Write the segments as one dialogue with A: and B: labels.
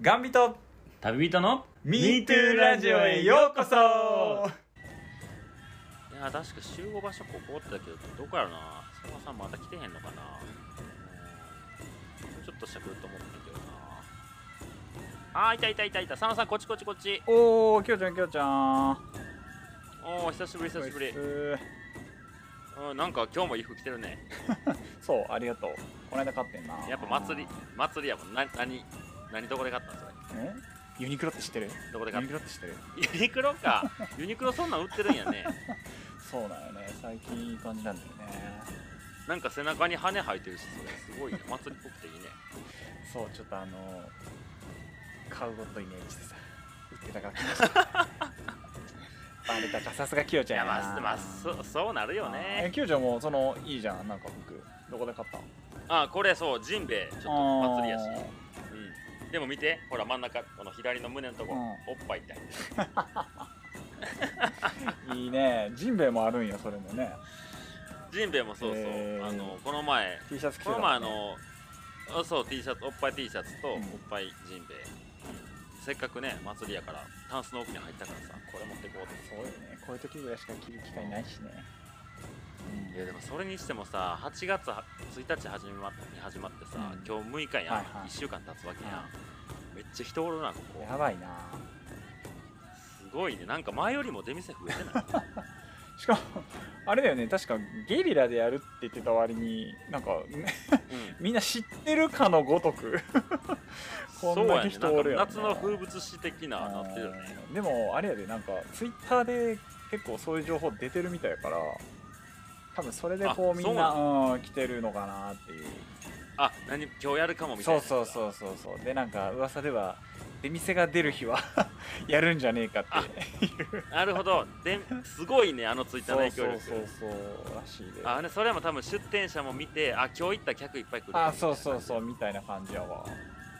A: ガンビと
B: 旅人の
A: MeToo ラジオへようこそ
B: いや確か集合場所ここってだけどどこやろなそこさんまた来てへんのかなうんちょっとしゃくると思ってんけどなあーいたいたいたいた佐野さんこっちこっちこっち
A: おおきょうちゃんきょうちゃん
B: おお久しぶり久しぶりうんなんか今日も衣服着てるね
A: そうありがとうこの間買ってんな
B: やっぱ祭り祭りやもんな何何どこで買ったんそれ
A: えユニクロって知ってる
B: どこで
A: ユ
B: 買っ
A: ニク
B: た
A: ロって知ってる
B: ユニクロかユニクロそんなん売ってるんやね
A: そうだよね最近いい感じなんだよね
B: なんか背中に羽生えてるしそれすごいね祭りっぽくていいね
A: そうちょっとあの買うことイメージしてさ売ってたから バレたかさすがきよち
B: い
A: ゃ
B: や
A: んや
B: ま
A: な
B: あ、まあ、そそうなるよ
A: え
B: ね
A: きよちゃんもそのいいじゃんなんか服どこで買ったの
B: あこれそうジンベエちょっと祭りやし、うん、でも見てほら真ん中この左の胸のとこ、
A: うん
B: おっぱいって入ってる
A: あーいいねジンベエもあるんやそれもね
B: ジンベエもそうそう、
A: へー
B: あのこの前
A: T シャツ着てた
B: この
A: もんね
B: 前あのあそう T シャツおっぱい T シャツとお
A: う
B: っ
A: ん
B: ぱいジンベエ、うんせっかくね祭りやからタンスの奥に入ったからさこれ持ってこうって
A: そうよねこういう時ぐらいしか着る機会ないしね、
B: いやでもそれにしてもさ8月は1日始まって始まってさ、
A: うん
B: 今日6日やん、
A: はいはい
B: 1週間経つわけやん、
A: は
B: めっちゃ人おるなここ
A: やばいな
B: すごいねなんか前よりも出店増えて ない
A: しかもあれだよね確かゲリラでやるって言ってた割になんかね
B: うん
A: みんな知ってるかのごとくこ
B: そ
A: ん
B: う
A: だ
B: や
A: け
B: ね
A: 人
B: なん
A: お
B: か
A: るよね
B: 夏の風物詩的ななってるよね
A: でもあれやでなんかツイッターで結構そういう情報出てるみたいやから多分それでこう
B: あ
A: みんなうん来てるのかなっていう
B: あ何今日やるかもみたい
A: そう
B: な
A: そう
B: う
A: そうそうそうでなんか噂では出店が出る日は やるんじゃねえかって
B: なるほどですごいねあのツイッターの影響力
A: そうそうそうらしいで
B: あ
A: あ
B: ねそれも多分出店者も見てあ今日行った客いっぱい来る
A: そうそうそうみたいな感じやわ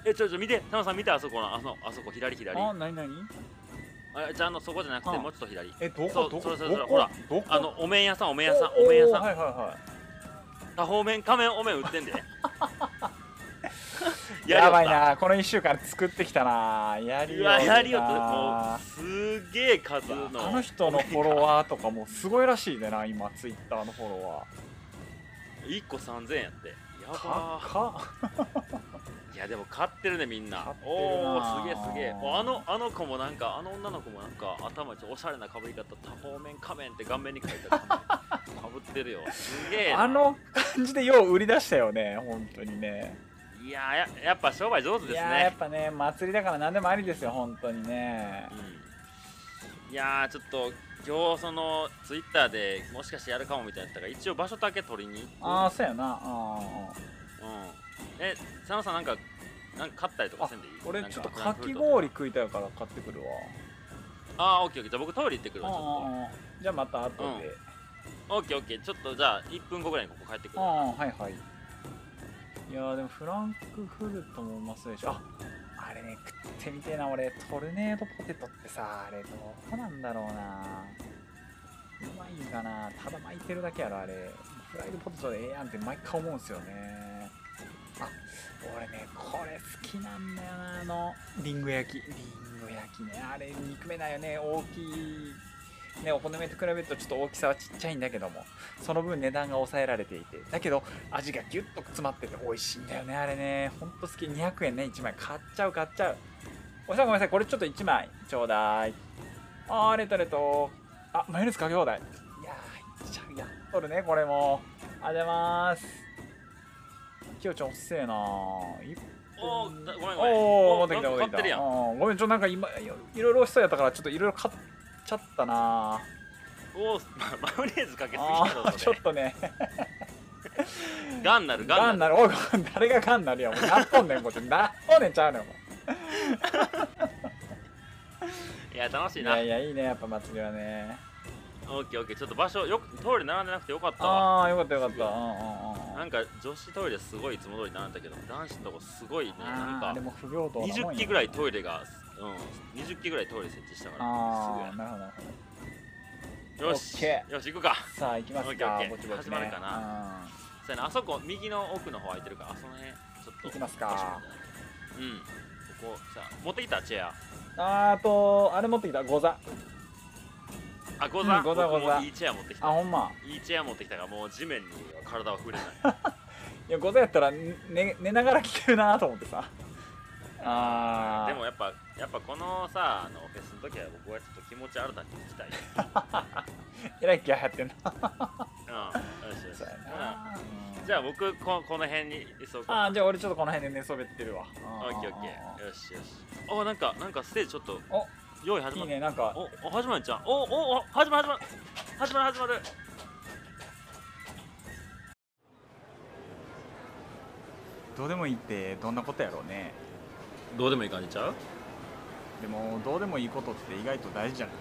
B: えちょちょ見てタモさん見てあそこのあのあそこ左左
A: あ
B: あ
A: なになに
B: じゃああのそこじゃなくて
A: うん
B: もうちょっと左
A: えど
B: そ
A: こ
B: う
A: どこど
B: そうそう
A: こ
B: そうほら
A: どこ
B: あのお面屋さんお
A: お
B: 面屋さんお面屋
A: ーは
B: さん
A: いはいは
B: 多方面仮面お面売ってん で
A: い やばい
B: りよった
A: なこの1週間作ってきたなやり
B: う
A: よ
B: わ
A: った
B: やりよったもうすげえ数の
A: あの人のフォロワーとかもすごいらしいねな今ツイッターのフォロワー
B: 1個3000円やってやば
A: 高っ
B: ーいやでも買ってるねみ
A: 買
B: んな
A: ってる
B: おお
A: な
B: ーすげえすげえもうあのあの子もなんかあの女の子もなんか頭ちょおしゃれな被り方多方面仮面って顔面に書いてあるかぶってるよすげえな
A: あの感じでよう売り出したよね本当にね
B: いやややっぱ商売上手
A: い
B: です
A: やーやっ
B: ね
A: ぱね祭りだから何でもありですよ本当にね
B: うんいやーちょっと今日そのツイッターでもしかしてやるかもみたいなやったから一応場所だけ取りに
A: あ
B: 行
A: あそうやなあー
B: くうんえ佐野さんなんかなんか買ったりとかせんでいい
A: 俺
B: なん
A: ちょっと
B: フラ
A: か
B: ンクフ
A: き
B: ルトと
A: 氷食いたいから買ってくるわ
B: ああ、オッケーオッケー。じゃあ僕トイレ行ってくるわ、ち
A: うん
B: ょ
A: うんうんじゃあまた後
B: うん
A: で
B: っと。オッケーオッケー。ちょっとじゃあ1分後ぐらいにここ帰ってく
A: う。
B: る
A: んうんはいはいいやーでもフランクフルトもうまそうでしょああれね食ってみてえな俺トルネードポテトってさあれどこなんだろうなうまいんかなただ巻いてるだけやろあれフライドポテトでええやんって毎回思うんすよねあ俺ねこれ好きなんだよなあのリンゴ焼きリンゴ焼きねあれ憎めないよね大きいね、お好みと比べるとちょっと大きさはちっちゃいんだけどもその分値段が抑えられていてだけど味がギュッと詰まってて美味しいんだよねあれねほんと好き200円ね1枚買っちゃう買っちゃうおじさんごめんなさいこれちょっと1枚ちょうだいあーレトレトあマヨネーズかけ放題いやーいっちゃうやっとるねこれもありがとうございますきよちゃんおっせえな一
B: おお、だごめんごめん。
A: おお持
B: お
A: ってきた持って
B: 買
A: き
B: ったてるやん。
A: うんごめんちょっとなんか今いろいろ美味しそうやったからちょっといろいろ買っちゃったな
B: おお、まマヨネーズ かけす
A: あ
B: ぎだ
A: ー
B: ろ、
A: ちょ
B: そ
A: っ
B: れ。
A: とね
B: ガンなる、ガ
A: ガン
B: ンな
A: な
B: る。
A: るおい誰がガンなるやもう何本ねんこっち何本ねんちゃうねんお前
B: いや、楽しい
A: い
B: な
A: や。いやいいねやっぱ祭りはね
B: オッケーオッケー。ちょっと場所、よくトイレ並んでなくてよかったわ。
A: ああーよかったよかった
B: す
A: う
B: ご
A: ん
B: い
A: うんうん
B: なんか女子トイレすごいいつも通り並んだけど、男子のとこすごいね。なん
A: あーで
B: か
A: も不平等なもんや
B: 20機ぐらいトイレが、うん、20機ぐらいトイレ設置したから、すぐ
A: あ
B: や
A: あなるほどなるほど
B: な。よし、
A: オッケ
B: よし、行くか。
A: さあ行きます
B: オッケーオ
A: か
B: ッケー
A: ぼちぼちね
B: 始まるか
A: な
B: そうやな、あそこ右の奥の方空いてるから、あその辺、ちょっと。
A: 行きますか
B: うん。こうさ持ってきたチェア
A: あーあとあれ持ってきたゴザ
B: あゴザ、
A: うんゴザ
B: 僕も
A: ゴザ
B: いいチェア持ってき
A: あ
B: た
A: ほんま
B: いいチェア持ってきたからもう地面には体は触れない
A: いやゴザやったら、ね、寝寝ながら聞けるなと思ってさあ
B: で
A: ー
B: もやっぱやっぱこのさあのフェスの時は僕はちょっと気持ち新たに聞きたい
A: えらい気合入ってんな
B: うんよしよ し
A: そうやな
B: ほなじゃあ僕ここの辺にそう
A: あーじゃあ俺ちょっとこの辺で寝そべってるわ
B: オッケーオッケーよしよしおなんかなんかステージちょっと
A: お
B: 用意始
A: い
B: ま
A: い
B: っ
A: ねなんか
B: おお始まるんちゃうおおお始まる始まる始まる始まる
A: どうでもいいってどんなことやろうね
B: どうでもいい感じちゃう
A: でもどうでもいいことって意外と大事じゃな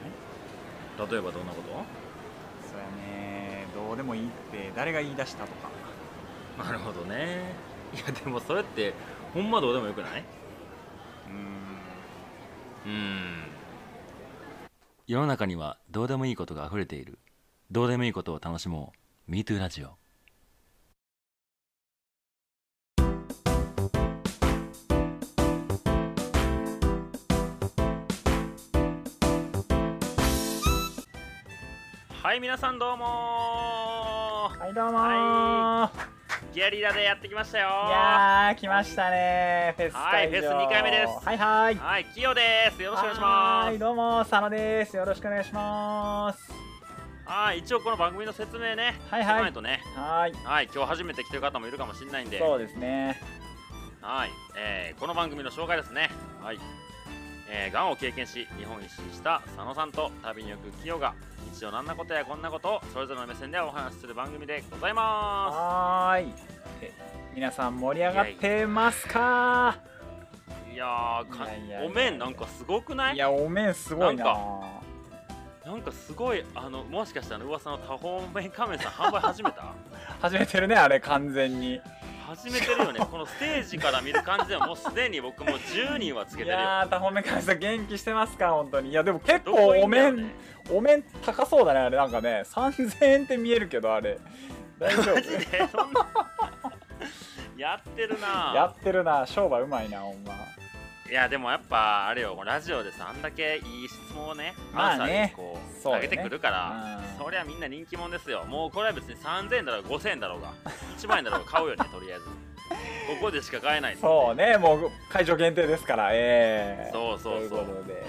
A: い
B: 例えばどんなこと
A: そうやねどうでもいいって誰が言い出したとか
B: なるほどねいやでもそれってほんまどうでもよくないう
A: ーん
B: うーん世の中にはどうでもいいことが溢れているどうでもいいことを楽しもう MeToo ラジオはい皆さんどうも
A: はいどうもー、
B: はゲリラでやってきましたよ
A: いやー来ましたねフェス
B: はい
A: 会場
B: フェス二回目です
A: はいはいよ
B: はいキヨですよろしくお願いします
A: どうも佐野ですよろしくお願いします
B: あー一応この番組の説明ね、
A: はいはい
B: しとかないとね、
A: はい
B: はい、今日初めて来てる方もいるかもしれないんで、
A: そうですね
B: はいえーこの番組の紹介ですね、はいえー、がんを経験し、日本一周した佐野さんと旅に行く清が、一応なんなことやこんなことをそれぞれの目線でお話しする番組でございま
A: はーいえ皆さん盛り上がってますか
B: す。いやーか
A: いやいやいやいや
B: お面なんかすごくないい
A: やお面すごいな
B: なんなんかすごい、あのもしかしたら噂の多方面仮面さん販売始めた
A: 始めてるねあれ完全に
B: 始めてるよね、このステージから見る感じではもうすでに僕もう10人はつけ
A: い
B: てるよ。
A: やータホメカさん元気してますか本当にいやでも結
B: どこ
A: 構
B: いい
A: お
B: んだよ
A: 面、
B: ね
A: お面高そうだねあれなんかね3000円って見えるけどあれ大丈
B: マ
A: 夫
B: ジでそんな やってるな
A: やってるな商売うまいなほんま
B: いやでもやっぱあれよラジオでさあんだけいい質問をね
A: まあね
B: アンサーにこう
A: そうよ
B: 上
A: ね
B: げてくるから
A: うん
B: そりゃみんな人気者ですよもうこれは別に3000円だろうが5000円だろうが1万円だろうが買う よねとりあえずここでしか買えないです
A: そうねもう会場限定ですからええ
B: そうそうそ
A: と
B: う
A: いうことで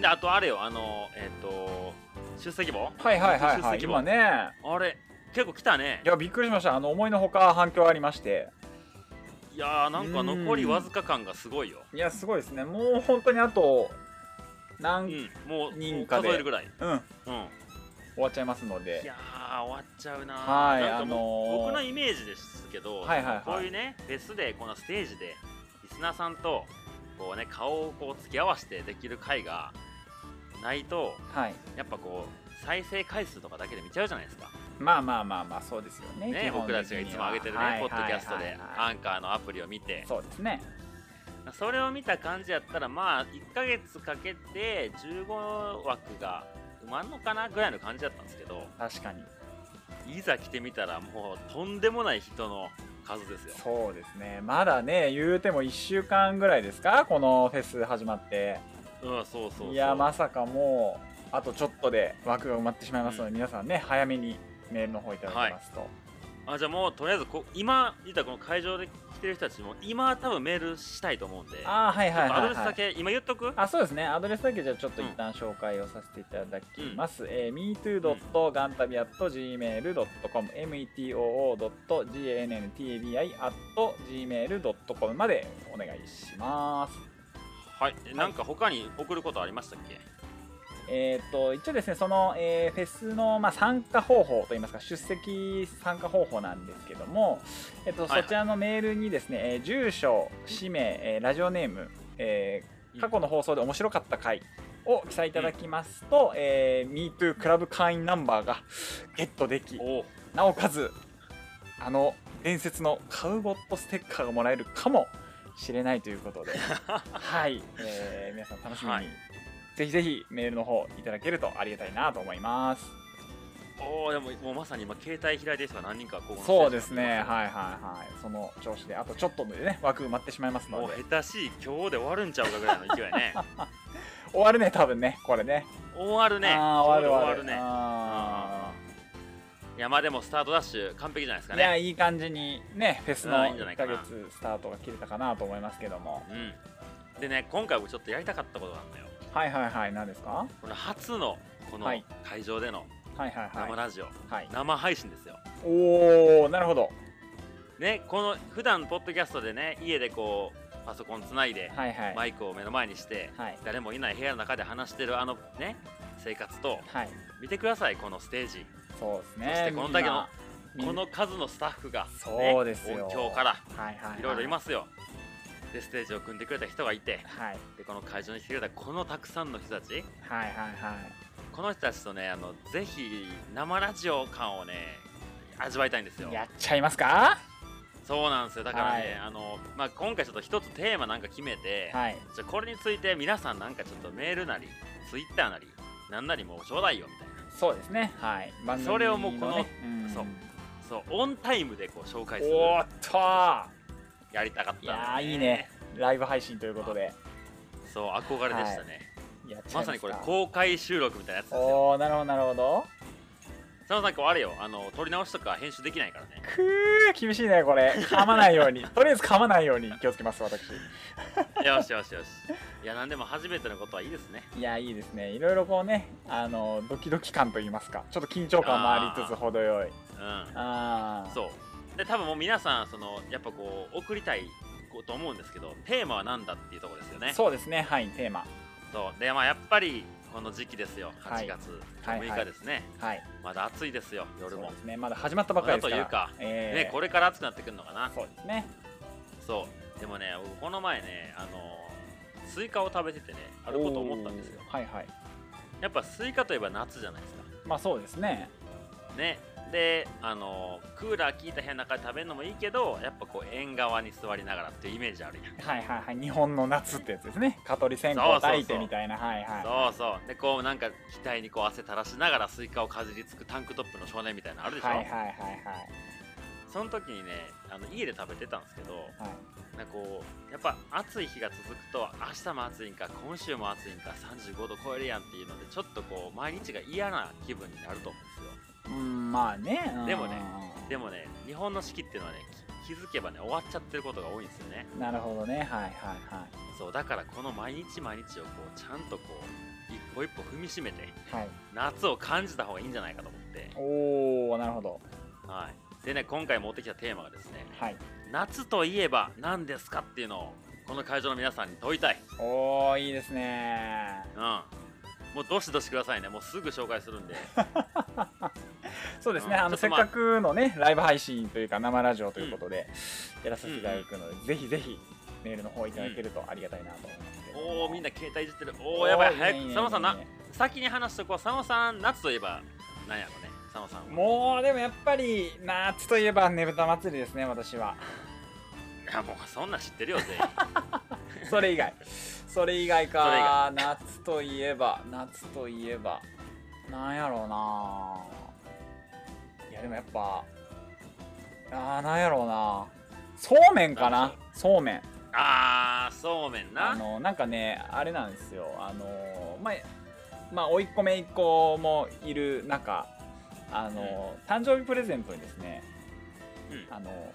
B: であとあれよあのえっ、と出席簿
A: はいはいはい
B: 出
A: はい
B: 席簿
A: 今ね
B: あれ結構来たね
A: いやびっくりしましたあの思いのほか反響ありまして
B: いやーなんか残りわずか感がすごいよ
A: いやすごいですねもう本当にあと
B: う
A: 何、
B: んもうも
A: 認
B: う
A: 可
B: 数
A: で
B: えるぐらい
A: うん
B: うん
A: 終わっちゃいますの
B: い
A: で
B: やー終わっちゃうなー
A: はい
B: なんかも
A: あ
B: う
A: のー
B: 僕のイメージですけど、
A: はいはいはい
B: こういうねフェスでこのステージでリスナーさんとこうね顔をこう付き合わせてできる回がないと
A: はい
B: やっぱこう再生回数とかだけで見ちゃうじゃないですか、
A: まあまあまあまあそうですよね
B: ね
A: 基、本的には
B: 僕たちがいつも上げてるね、
A: はい
B: ポッドキャストで、
A: はいはいは
B: アンカーのアプリを見て
A: いそうですね
B: それを見た感じやったらまあ1ヶ月かけて15枠が埋まんのかなぐらいの感じだったんですけど
A: 確かに
B: いざ来てみたらもうとんでもない人の数ですよ
A: そうですねまだね言うても1週間ぐらいですかこのフェス始まって
B: うん、そうそうそ
A: い
B: う
A: やまさかもうあとちょっとで枠が埋まってしまいますので、
B: う
A: 皆さんね早めにメールの方いただきますと、
B: あじゃあもうとりあえずこ今いたこの会場で来てる人たちも今多分メールしたいと思うんで
A: ああはいはい
B: ちょっとア
A: は
B: ド
A: い、
B: レス
A: は
B: だ
A: い、
B: け、今言っとく
A: あそうですねアドレスだけじゃあちょっと一旦紹介をさせていただきます、えー、metoo.gantabi.gmail.com metoo.gantabi.gmail.com までお願いします
B: はい、えなんか他に送ることありましたっけ
A: えー、と一応ですねその、えーフェスの、まあ、参加方法といいますか出席参加方法なんですけども、えーと
B: はいはい
A: そちらのメールにですね、えー住所氏名、えーラジオネーム、えー過去の放送で面白かった回を記載いただきますと、えー MeToo クラブ会員ナンバーがゲットでき
B: おう
A: なおかつあの伝説のカウゴットステッカーがもらえるかもしれないという ことではい、えー皆さん楽しみに、
B: はい
A: ぜひぜひメールの方いただけるとありがたいなと思います
B: おおでももうまさに今携帯開いてる人が何人かこ
A: そうですねはいはいはいその調子であとちょっとでね枠埋まってしまいますの
B: もう
A: で
B: 下手しい今日で終わるんちゃうかぐらいの勢いね
A: 終わるね多分ねこれね
B: 終わるね
A: あー終わる終
B: 終わ
A: わ
B: る
A: る
B: ね
A: あ
B: いやまあでもスタートダッシュ完璧じゃないです
A: ー
B: か
A: いや
B: ね
A: いい感じにねフェスの
B: うんいいんじゃない
A: 1
B: か
A: ヶ
B: な
A: 月スタートが切れたかなと思いますけども
B: うんでね今回僕ちょっとやりたかったことがあったよ
A: はいはいはい何ですか
B: この初のこの
A: はい
B: 会場での
A: はいはいはい
B: 生ラジオ、
A: はい
B: 生配信ですよ
A: おおなるほど
B: ねこの普段ポッドキャストでね家でこうパソコンつないで
A: はいはい
B: マイクを目の前にして
A: はい
B: 誰もいない部屋の中で話してるあのね生活と
A: はい
B: 見てくださいこのステージ
A: そうですね
B: そしてこのだけの
A: みん
B: こ
A: な
B: の数のスタッフが、ね、
A: そうですよ
B: 音響から
A: はいはい
B: ろいろいますすよでステージを組んでくれた人がいて
A: はい
B: でこの会場に来てくれたこのたくさんの人たち
A: はいはいはい
B: この人たちとねあのぜひ生ラジオ感をね味わいたいんですよ
A: やっちゃいますか
B: そうなんですよだからね、
A: はい
B: あのまあ、今回ちょっと一つテーマなんか決めて、
A: はい
B: じゃあこれについて皆さんなんかちょっとメールなりツイッターなりなんなりもうちょうだいよみたいな
A: そうですねはい番組
B: それをもうこの
A: ねん
B: そうそうオンタイムでこう紹介する
A: おーっと
B: やりたか
A: い
B: ったんでね
A: やーいいねライブ配信ということで
B: そう憧れでしたね、
A: やっちゃいすか
B: まさにこれ公開収録みたいなやつですよ
A: おおなるほどなるほど
B: 佐野さんこうあれよあの撮り直しとか編集できないからね
A: くー厳しいねこれ噛まないようにとりあえず噛まないように気をつけます私
B: よしよしよしいやなんでも初めてのことはいいですね
A: いやいいですねいろいろこうねあのドキドキ感といいますかちょっと緊張感もありつつ程よいうあ
B: ん
A: あ
B: そうで多分もう皆さんそのやっぱこう送りたいこと思うんですけどテーマは何だっていうところですよね
A: そうですねはいテーマ
B: そうでまあやっぱりこの時期ですよ
A: は
B: 8
A: い
B: 月
A: はい
B: 6日ですね、
A: はい
B: まだ暑いですよ夜
A: そう
B: も
A: ですねまだ始まったばっかりですから
B: まだというか
A: えー
B: ねこれから暑くなってくるのかな
A: そうですね
B: そうでもね僕この前ねあのスイカを食べててねあることを思ったんですよ
A: おーはいはい
B: やっぱスイカといえば夏じゃないですか
A: まあそうですね
B: ねであのクーラー効いた部屋の中で食べるのもいいけどやっぱこう縁側に座りながらっていうイメージあるやん
A: はいはいはい日本の夏ってやつですね蚊取り線
B: そう
A: 香
B: そうそう
A: 抱いてみたいなはいは
B: そうそうでこうなんか額にこう汗垂らしながらスイカをかじりつくタンクトップの少年みたいなのある
A: い
B: でしょ、
A: はいはいはいはい
B: その時にねあの家で食べてたんですけど
A: はい
B: なんかこうやっぱ暑い日が続くと明日も暑いんか今週も暑いんか35度超えるやんっていうのでちょっとこう毎日が嫌な気分になると思
A: う
B: うんです
A: んまあねうん
B: でもねよでもね日本の四季っていうのはねき気づけばね終わっちゃってることが多いんですよね
A: なるほどねはいはいは
B: そうだからこの毎日毎日をこうちゃんとこう一歩一歩踏みしめて
A: いはい
B: 夏を感じた方がいいんじゃないかと思って、
A: おおなるほど
B: はい、でね今回持ってきたテーマがですね
A: はい
B: 夏といえば何ですかっていうのをこの会場の皆さんに問いたい、
A: おおいいですね
B: うん、もうどしどしくださいねもうすぐ紹介する んで
A: そうですね、
B: うん
A: あの
B: ちょ
A: せ
B: っと
A: っ
B: まあ
A: かくのねライブ配信というか生ラジオということでやらせていただくので、ぜひぜひメールの方いただけるとありがたいなと思いますけども
B: おおみんな携帯いじってるおおやばい
A: ー
B: 早
A: ね
B: く
A: えねえ
B: 佐野さんな
A: ねえね
B: 先に話しとこう佐野さん夏といえば何やろね佐野さん
A: え
B: は
A: もうでもやっぱり夏といえばねぶた祭りですね私 は
B: いやもうそんなん知ってるよ 全員
A: それ以外それ以外
B: それ以
A: か夏といえば夏といえばなんやろうないやでもやっぱあーなんやろうなそうめんかなそうめん
B: ああそうめんな
A: あのなんかねあれなんですよあのまあまあ甥っ子姪っ子もいる中あの、誕生日プレゼントにですねあの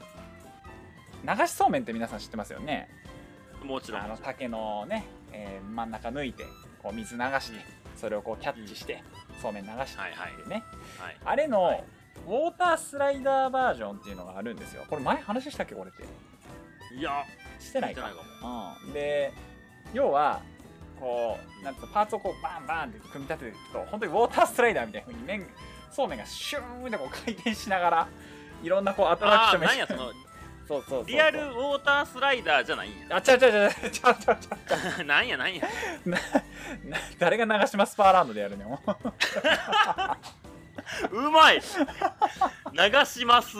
A: 流しそうめんって皆さん知ってますよね
B: うん、もちろん
A: あの竹のね、えー真ん中抜いてこう水流して、それをこうキャッチして、そうめん流して
B: はいはい
A: っていうね
B: はい
A: あれの、
B: はい
A: ウォータースライダーバージョンっていうのがあるんですよこれ前話したっけこれって
B: いや
A: してない
B: じ
A: か
B: ゃないかも
A: うん、で要はこうなんつうのパーツをこうバンバンって組み立てていくと本当にウォータースライダーみたいな風に麺そうめんがシューンってこう回転しながらいろんなこうアトラク
B: あ
A: シ
B: あ
A: ョンみ
B: な
A: た
B: ん
A: いな
B: やその
A: そうそうそうそう
B: リアルウォータースライダーじゃないんや
A: あちゃうちゃうちゃうちゃうちゃうちゃ
B: なんやなんや
A: うなな誰が長島スパーランドでやるねんもう
B: うまい流します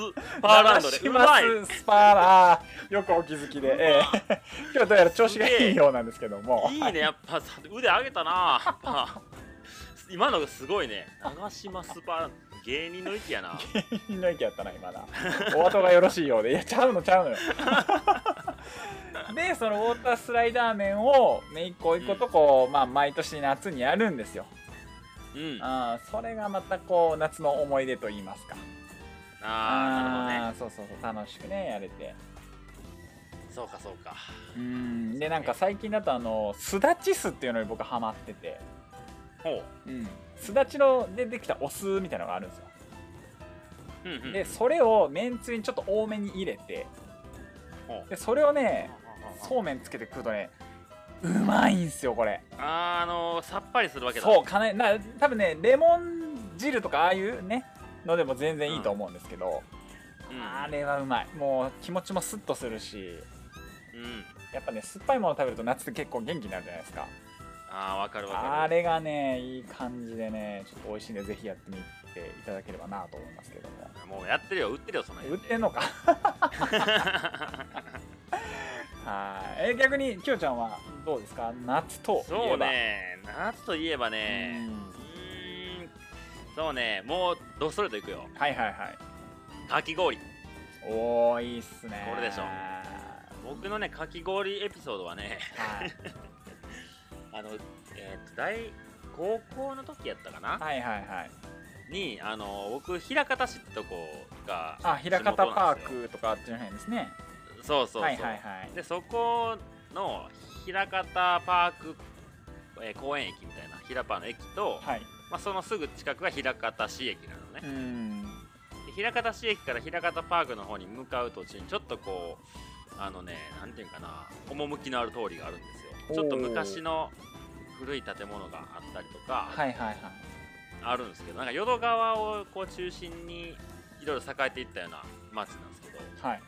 B: パーランドでう
A: 長
B: まい
A: 島スパーランドよくお気づきで、ええ、今日どうやら調子がいいようなんですけども
B: いいねやっぱさ腕上げたなやっぱ今のがすごいね長島スパー芸人の域やな
A: みんな意見やったな今なお後がよろしいようでいやちゃうのちゃうのよでそのウォータースライダー麺をね一個一個とこう、まあ毎年夏にやるんですよ、
B: うん
A: あ
B: あ
A: ーそれがまたこう夏の思い出といいますか
B: あーなるほどね
A: あーそうそうそう楽しくねやれて
B: そうかそうか
A: うんでなんか最近だとあのすだち酢っていうのに僕ハマってて
B: ほ
A: うんすだちのでできたお酢みたいなのがあるんですよ
B: ううんうんうん
A: でそれをめんつゆにちょっと多めに入れて
B: ほう
A: でそれをね
B: う
A: そうめんつけて食うとねうまいんすよこれ
B: あーあのーさっぱりするわけだ
A: そうかなりな多分ねレモン汁とかああいうねのでも全然いいと思うんですけど、
B: うん
A: あれはうまいもう気持ちもスッとするし
B: うん
A: やっぱね酸っぱいもの食べると夏って結構元気になるじゃないですか
B: ああわかるわかる
A: あれがねいい感じでねちょっと美味しいんでぜひやってみていただければなと思いますけども
B: もうやってるよ売ってるよその
A: 売
B: 辺
A: っ
B: で
A: てん のかはいえ逆にきよちゃんはどうですか夏といえば
B: そうね夏といえばねうーんそうねもうドストレートいくよ
A: うんはいはいはい
B: かき氷
A: おーいいっすね
B: これでしょ
A: は
B: 僕のねかき氷エピソードはね
A: い、
B: あのえっ、と大高校の時やったかな
A: はいはいはい
B: にあの僕枚方市ってとこが
A: あ枚方パー
B: 地元なんで
A: クとかあっちの辺ですね
B: すよそうそうそう、
A: はいはいはい
B: でそこの枚方パーク、えー公園駅みたいな平パーの駅と、
A: はい
B: まあ、そのすぐ近くが枚方市駅なのね
A: う、ん
B: で枚方市駅から枚方パークの方に向かう途中にちょっとこうあのねなんていうんかな趣のある通りがあるんですよちょっと昔の古い建物があったりとか
A: はいはいはい
B: あるんですけど、なんか淀川をこう中心にいろいろ栄えていったような町なんですけど
A: はい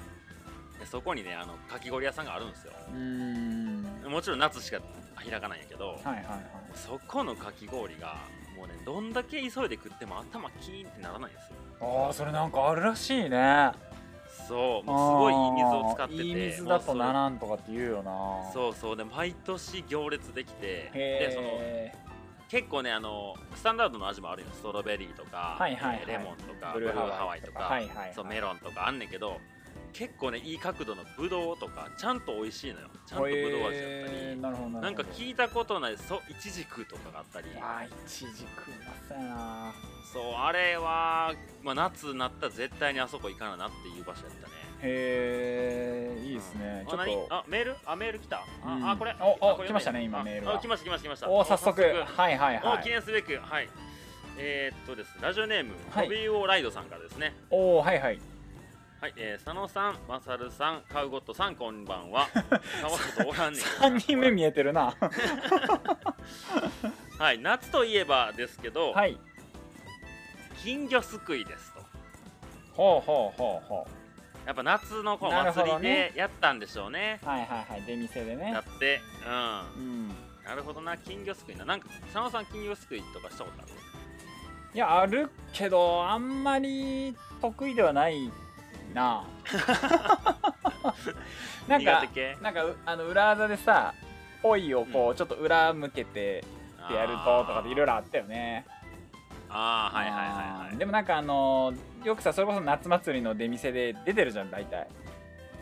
B: でそこにねあのかき氷屋さんがあるんですよ
A: うん
B: もちろん夏しか開かないんやけど、
A: はいはいはい
B: そこのかき氷がもうねどんだけ急いで食っても頭キーンってならないんですよ
A: ああそれなんかあるらしいね
B: そうもうすごいいい水を使ってて
A: あーいい水だ
B: も
A: と
B: うそれ
A: ならんとかって言うよなう
B: そうそうで毎年行列できてでその
A: へえ
B: 結構ねあのスタンダードの味もあるよストロベリーとか、
A: はいはいはい
B: えーレモンとか
A: ブ
B: ブ
A: ルー
B: ルー
A: ハワイ
B: ハワイとか
A: はいはいはい
B: そうメロンとかあんねんけど結構ねいい角度のブドウとかちゃんと美味しいのよちゃんとブドウ味だったり、
A: へーなるほどな
B: なん
A: る
B: か
A: ほど
B: 聞いたことないそうイチジクとかがあったり
A: あーいちじくうまそうやな
B: そうあれは、まあ、夏になったら絶対にあそこ行かななっていう場所やったね
A: へえいいですね、
B: うん
A: ちょっ
B: あ何
A: と
B: あメールあメール来たあ,、
A: うん
B: あこれ
A: おお
B: あこれ読
A: 来
B: んで
A: ましたね今メールが
B: あ来ました来ました来ました
A: おお早速はいはいは
B: お記
A: い
B: 念すべくはいえーっとですラジオネーム
A: はい
B: トビウオライドさんからですね
A: おおはいはい
B: はい、えー佐野さんマサルさんカウゴットさんこんば んはかわいいことおらんねんけどな
A: 3人目見えてるな
B: はい夏といえばですけど、
A: はい
B: 金魚すくいですと
A: ほうほうほうほ
B: やっぱ夏のこの
A: なるほ
B: 祭
A: ど
B: り
A: ね
B: でやったんでしょうね
A: うはいはいはい出店でね
B: だってうん
A: うん
B: なるほどな金魚すくいななんか佐野さん金魚すくいとかしたことある
A: いやあるけどあんまり得意ではない ななん
B: 苦手
A: か
B: 系
A: なんかうあの裏技でさポイをこう、ちょっと裏向けてってやるととかでいろいろ
B: ろ
A: あったよね
B: あーあーはいはいはいは
A: でもなんかあのよくさそれこそ夏祭りの出店で出てるじゃん大体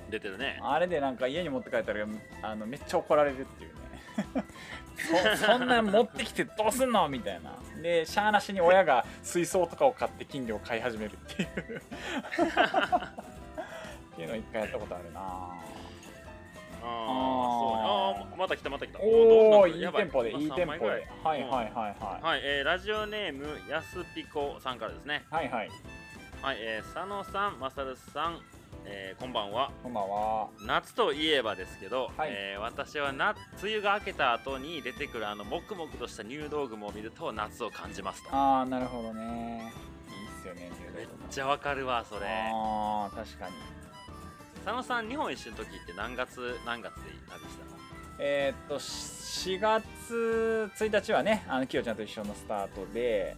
B: い出てるね
A: あれでなんか家に持って帰ったらあのめっちゃ怒られるっていう ねそそんなん持ってきてどうすんのみたいなでしゃあなしに親が水槽とかを買って金魚を飼い始めるっていうっていうのを一回やったことあるな
B: ああそうねあーまた来たまた来た
A: お
B: ど
A: お
B: んどん
A: いい
B: やば
A: テンポでい
B: 今
A: いテンポ
B: 三枚
A: で
B: ぐら
A: はいいはいはい
B: うん
A: は
B: はい、えーラジオネームやすぴこさんからですね
A: いはいはい
B: はい、えー佐野さんまさるさん、えーこんばんは
A: こんばんは
B: 夏といえばですけど、
A: はい
B: えー私はな梅雨が明けた後に出てくるあのもくもくとした入道雲を見ると夏を感じますと
A: ああなるほどねいいっすよね
B: めっちゃわかるわそれ
A: ああ確かに
B: 佐野さん日本一周の時って何月何月で旅したの
A: えーっとし4月1日はねあのキヨちゃんと一緒のスタートで、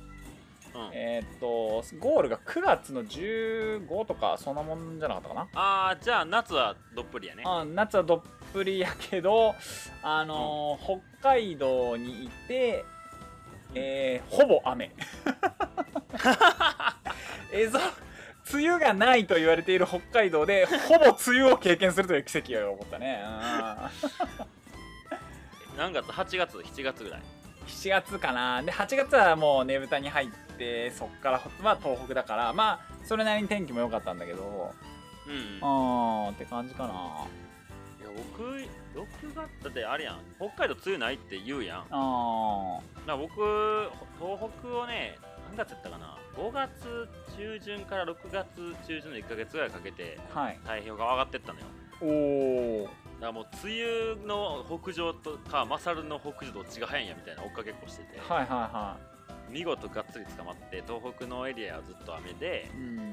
B: うん、
A: えーっとゴールが9月の15とかそんなもんじゃなかったかな
B: ああじゃあ夏はどっぷりやね
A: あ夏はどっぷりやけど、あのー北海道にいて、えーほぼ雨えぞ梅雨がないと言われている北海道でほぼ梅雨を経験するという奇跡を起こったね、う
B: 何月8月7月ぐらい
A: ん、7月かなで8月はもうねぶたに入ってそっからまあ東北だからまあそれなりに天気も良かったんだけど
B: うん、うん、いや
A: あーって感じかな
B: 僕6月だってあれやん北海道梅雨ないって言うやんだか
A: あ
B: ら僕ほ東北をね何月やったかな5月中旬から6月中旬の1ヶ月ぐらいかけて
A: ーはい
B: 太平洋側上がってったのよ
A: おお
B: だからもう梅雨の北上とか勝の北上どっちが早いんやみたいな追っかけっこしてて、
A: はいはいは
B: 見事がっつり捕まって東北のエリアはずっと雨で
A: いうん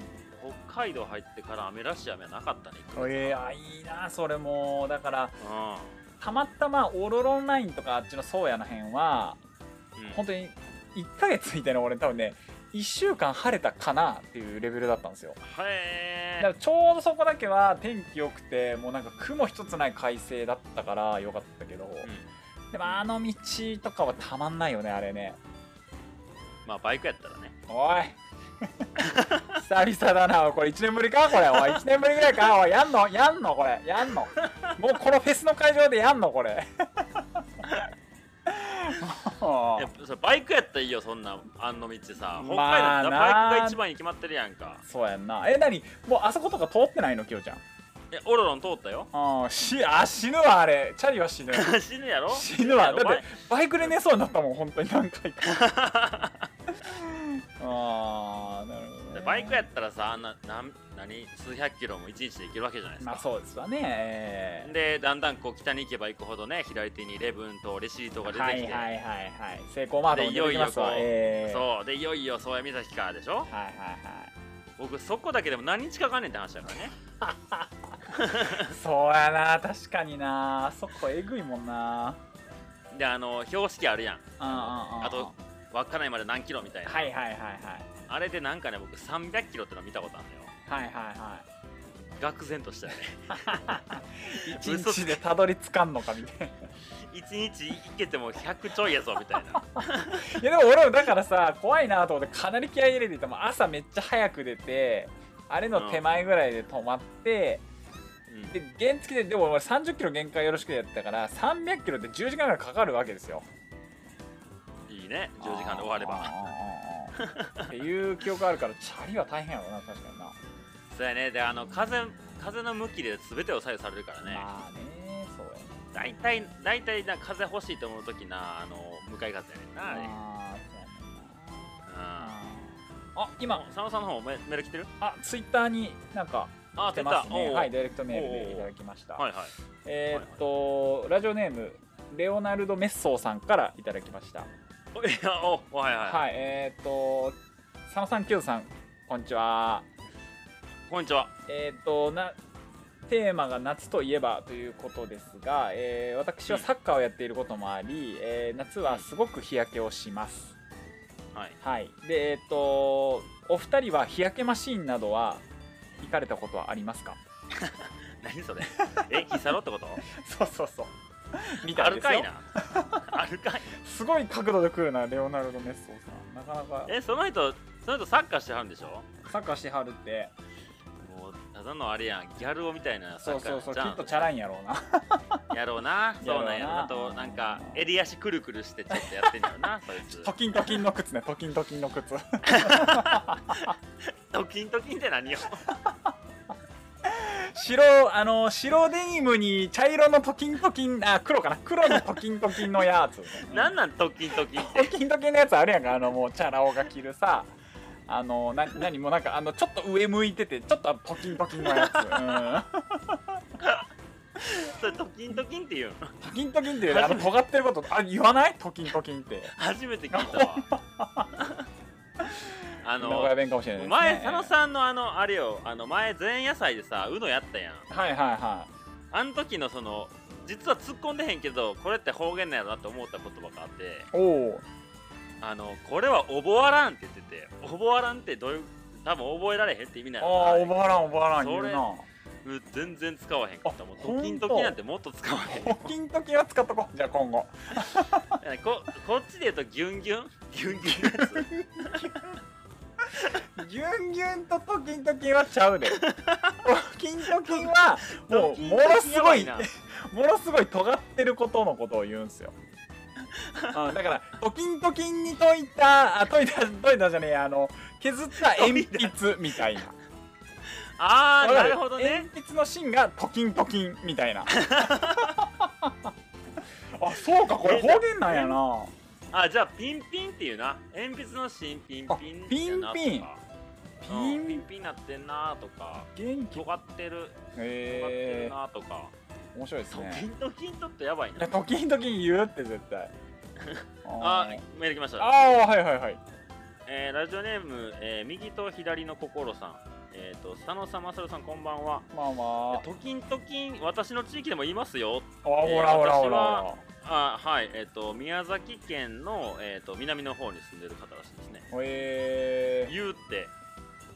B: 北海道入ってから雨らしい雨はなかったね一回
A: えー、あいいなそれもだから
B: う
A: たまたまオロロンラインとかあっちの宗谷の辺は
B: んうん
A: 本当に1ヶ月みたいな俺多分ね1週間晴れたかなっていうレベルだったんですよだ
B: へ
A: から
B: え
A: ちょうどそこだけは天気良くてもうなんか雲一つない快晴だったから良かったけど、でもあの道とかはたまんないよねあれね
B: まあバイクやったらね
A: おい久々だなこれ1年ぶりかこれおい1年ぶりぐらいかおいやんのやんのこれやんのもうこのフェスの会場でやんのこ れもう
B: やっぱそれバイクやったらいいよそんなあんの道さ北海道
A: まあ
B: だ
A: な
B: バイクが一番に決まってるやんか
A: そうやんなえ何もうあそことか通ってないのきよちゃん
B: えオロロン通ったよ
A: うんしあ死ぬわあれチャリは死ぬ
B: 死ぬやろ
A: 死ぬわだ
B: やろ
A: ってバイクで寝そうになったもん本当に何 回かああなるほど、ね
B: バイ、バイクやったらさあんななん何数百キロも一日で行けるわけじゃないですか、
A: まあそうですわねえー
B: でだんだんこう北に行けば行くほどね左手にレブンとレシートが出て
A: は
B: き
A: い
B: て、
A: はいはいはい成功マートも出てきますわ
B: でいよいよこう
A: えー
B: そうでいよいよ宗谷岬からでしょ
A: はいはい
B: 僕そこだけでも何日かかんねんって話だからね
A: はいそうやな確かになあそこえぐいもんな
B: であの標識あるやん
A: うんうんうん
B: あと稚内まで何キロみたいな、
A: はいはいはいはい
B: あれでなんかね僕300キロっての見たことあるのよ
A: はいはいは
B: 愕然としたよね
A: い一
B: 嘘つけ
A: 日でたどり着かんのかみたいな
B: 1日行けても100ちょいやぞみたいない
A: やでも俺もだからさ怖いなと思ってかなり気合い入れてたもん朝めっちゃ早く出てあれの手前ぐらいで止まって、
B: うん
A: で原付ででも俺30キロ限界よろしくでやってたから300キロって10時間ぐらいかかるわけですよ
B: いいね10時間で終われば
A: あーあーあーあーっていう記憶あるからチャリは大変やろな確かにな、
B: そうやねであの風風の向きで全てを左右されるからね
A: まあねそうやね
B: 大体大体な風欲しいと思う時なあの向かい風やねんなあれ
A: あーそうやねんな
B: あ
A: あ今
B: 佐野さんの方メメール来てる
A: あツイッターになんか
B: あ
A: 来て
B: 出た
A: ますね
B: おう
A: はいダイレクトメールでいただきました
B: はいはい
A: えーっと、ラジオネームレオナルド・メッソーさんからいただきました。
B: おいやおおはいはい、
A: はい、えーっと、佐野さん、キュウさん、こんにちは。
B: こんにちは
A: えーっとなテーマが夏といえばということですが、えー私はサッカーをやっていることもあり、えー夏はすごく日焼けをします。
B: はい
A: はい、で、えーっと、お二人は日焼けマシーンなどは行かれたことはありますか
B: 何それえヒサロってこと
A: そうそうそう。 みた
B: あ
A: い
B: る
A: ですよ
B: かいなあるかい
A: すごい角度で来るな、レオナルド・メッソーさん。なかなか
B: えその人その人サッカーしてはるんでしょ
A: サッカーしてはるって
B: もうただのあれやんギャル男みたいな
A: そ
B: サッ
A: う
B: カ
A: そ
B: ー
A: うそうき
B: じゃ
A: っとチャラいんやろうな
B: んやろうな
A: や
B: そ
A: ろ
B: う
A: うな
B: なんやろなあとなんか襟足くるくるしてちょっとやってんだろうなそい つ
A: トキントキンの靴ねトキントキンの靴
B: ドキンドキンって 何よ
A: 白あの白デニムに茶色のトキントキンあ黒かな黒のトキントキンのやつ
B: なんなんドキンドキン って
A: トキントキンのやつあるやんかあのもうチャラ男が着るさあのな何もうなんかあのちょっと上向いててちょっとトキントキンのやつ、
B: それドキンドキンって言うの
A: うん、トキントキンっていうねあの尖ってることあ言わないトキントキンって
B: 初めて聞いたわ あ
A: 名
B: の
A: 古屋弁かもしれないです、ね、
B: 前佐野さんのあのあれよあの前前夜祭でさうのやったやん
A: はいはいは
B: あの時のその実は突っ込んでへんけどこれって方言なんやろなって思った言葉があって
A: いおお
B: あのこれは「おぼわらん」って言ってて「おぼわらん」ってどういう多分覚えられへんって意味な
A: あ
B: の
A: あおばあらんおばあらん言う
B: それ
A: な
B: うん全然使わへんかったもう
A: あ
B: ドキンドキンなんてもっと使わへん
A: トキントキンは使っとこうじゃあ今後
B: ここっちで言うとギュンギュンギュンギュンのやつ
A: ギュンギュンとトキントキンはちゃう でトキントキンはも
B: ド
A: う
B: キンドキ
A: ものすごい
B: やばな
A: ものすごい尖ってることのことを言うんす よあだからトキントキンに解いたあ解いた解いたじゃねえやあの削った鉛筆みたいな
B: あー
A: わか
B: なるほどね
A: 鉛筆の芯がトキントキンみたい なあそうかこれ方言なんやな
B: あじゃあピンピンっていうな鉛筆の芯ピンピン
A: あピン
B: やなとか
A: ピンピ
B: う
A: ン
B: んピンピンなってんなとか
A: 元気
B: 尖ってる尖ってる
A: へえ
B: なとか、
A: 面白いです
B: そう
A: ね
B: ピンとキンとってやばい
A: い
B: な
A: や、時々言うって絶対。あ
B: あ
A: ー
B: メール来ました
A: あー、はいはいはい。
B: えーラジオネーム、えー右と左の心さん、えー、と佐野さん、マサルさん、こんばんは。
A: まあまあ。
B: トキントキン、私の地域でも言いますよ。
A: あ、ほらほらほら。
B: あはい、えーと、宮崎県の、えー、と南の方に住んでる方らしいですね。
A: え
B: 言うって、